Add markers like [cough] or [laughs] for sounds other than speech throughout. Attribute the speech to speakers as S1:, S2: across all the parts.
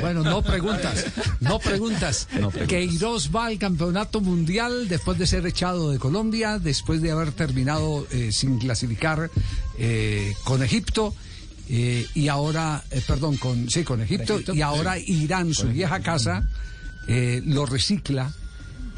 S1: Bueno, no preguntas, no preguntas.
S2: No preguntas.
S1: Queiroz va al campeonato mundial después de ser echado de Colombia, después de haber terminado eh, sin clasificar eh, con Egipto. eh, y ahora, eh, perdón, con, sí, con Egipto, y ahora Irán, su vieja casa, eh, lo recicla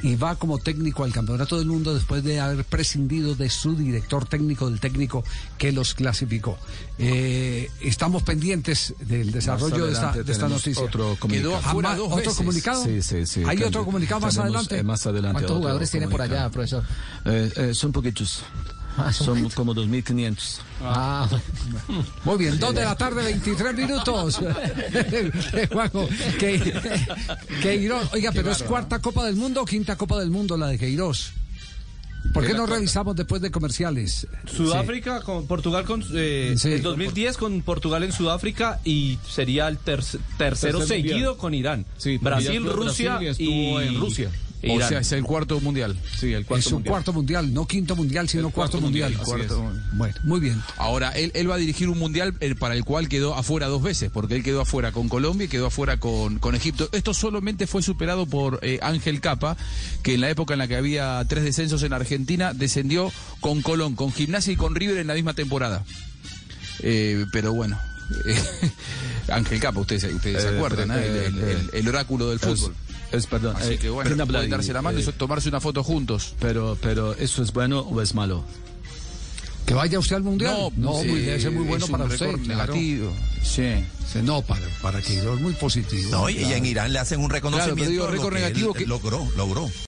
S1: y va como técnico al Campeonato del Mundo después de haber prescindido de su director técnico, del técnico que los clasificó. Eh, estamos pendientes del desarrollo de esta,
S2: adelante
S1: de esta
S2: tenemos
S1: noticia.
S2: otro comunicado.
S1: Quedó afuera dos ¿Otro
S3: veces.
S1: comunicado?
S2: Sí, sí, sí.
S1: ¿Hay
S2: Cambio.
S1: otro comunicado más
S2: Tenemos,
S1: adelante?
S2: eh, más adelante.
S3: ¿Cuántos
S2: otro
S3: jugadores tiene por
S2: comunicado.
S3: allá, profesor?
S2: Eh, eh, son poquitos. son como 2.500.
S3: Ah,
S1: [laughs] Muy bien, 2 de la tarde, 23 minutos. [laughs] Juanjo, que, Queiroz, oiga, pero es cuarta Copa del Mundo o quinta Copa del Mundo la de Queiroz. ¿Por qué no revisamos después de comerciales?
S4: Sudáfrica con Portugal con eh,
S1: Sí.
S4: el 2010 con Portugal en Sudáfrica y sería el terc- tercero
S5: Tercer
S4: seguido
S5: mundial.
S4: con Irán.
S5: Sí,
S4: Brasil,
S5: Brasil,
S4: Rusia
S5: Brasil
S4: y,
S5: estuvo en Rusia.
S4: e
S5: O
S4: Irán.
S5: sea, es el cuarto mundial. Sí, el cuarto
S1: es un
S5: mundial.
S1: cuarto mundial, no quinto mundial, sino
S5: cuarto
S1: cuarto mundial.
S5: mundial, así
S1: Cuarto- Bueno, muy bien.
S6: Ahora, él, él va a dirigir un mundial eh, para el cual quedó afuera dos veces, porque él quedó afuera con Colombia y quedó afuera con, con Egipto. Esto solamente fue superado por eh, Ángel Capa, que en la época en la que había tres descensos en Argentina, descendió con Colón, con Gimnasia y con River en la misma temporada. Eh, pero bueno, [laughs] eh, Ángel Capa, ustedes, se- ustedes se
S2: Eh,
S6: acuerdan,
S2: pero,
S6: ¿eh? el,
S2: eh,
S6: el- el- el oráculo del
S2: Es,
S6: fútbol.
S2: es perdón.
S6: Así
S2: eh,
S6: que bueno,
S2: Brenda
S6: pueden
S2: Bladi,
S6: darse la mano y
S2: eh,
S6: so- tomarse una foto juntos.
S2: pero, pero, ¿eso es bueno o es malo?
S1: ¿Que vaya usted al mundial?
S6: eh,
S1: muy, debe ser muy
S6: es
S1: bueno
S6: un
S1: para usted.
S6: récord
S1: claro.
S6: negativo. Sí.
S1: Sí, No, para, para Queiroz muy positivo.
S7: No, y, y en Irán le hacen un
S6: digo,
S7: reconocimiento. a lo
S6: récord
S7: que él
S6: negativo que-
S7: Logró, logró.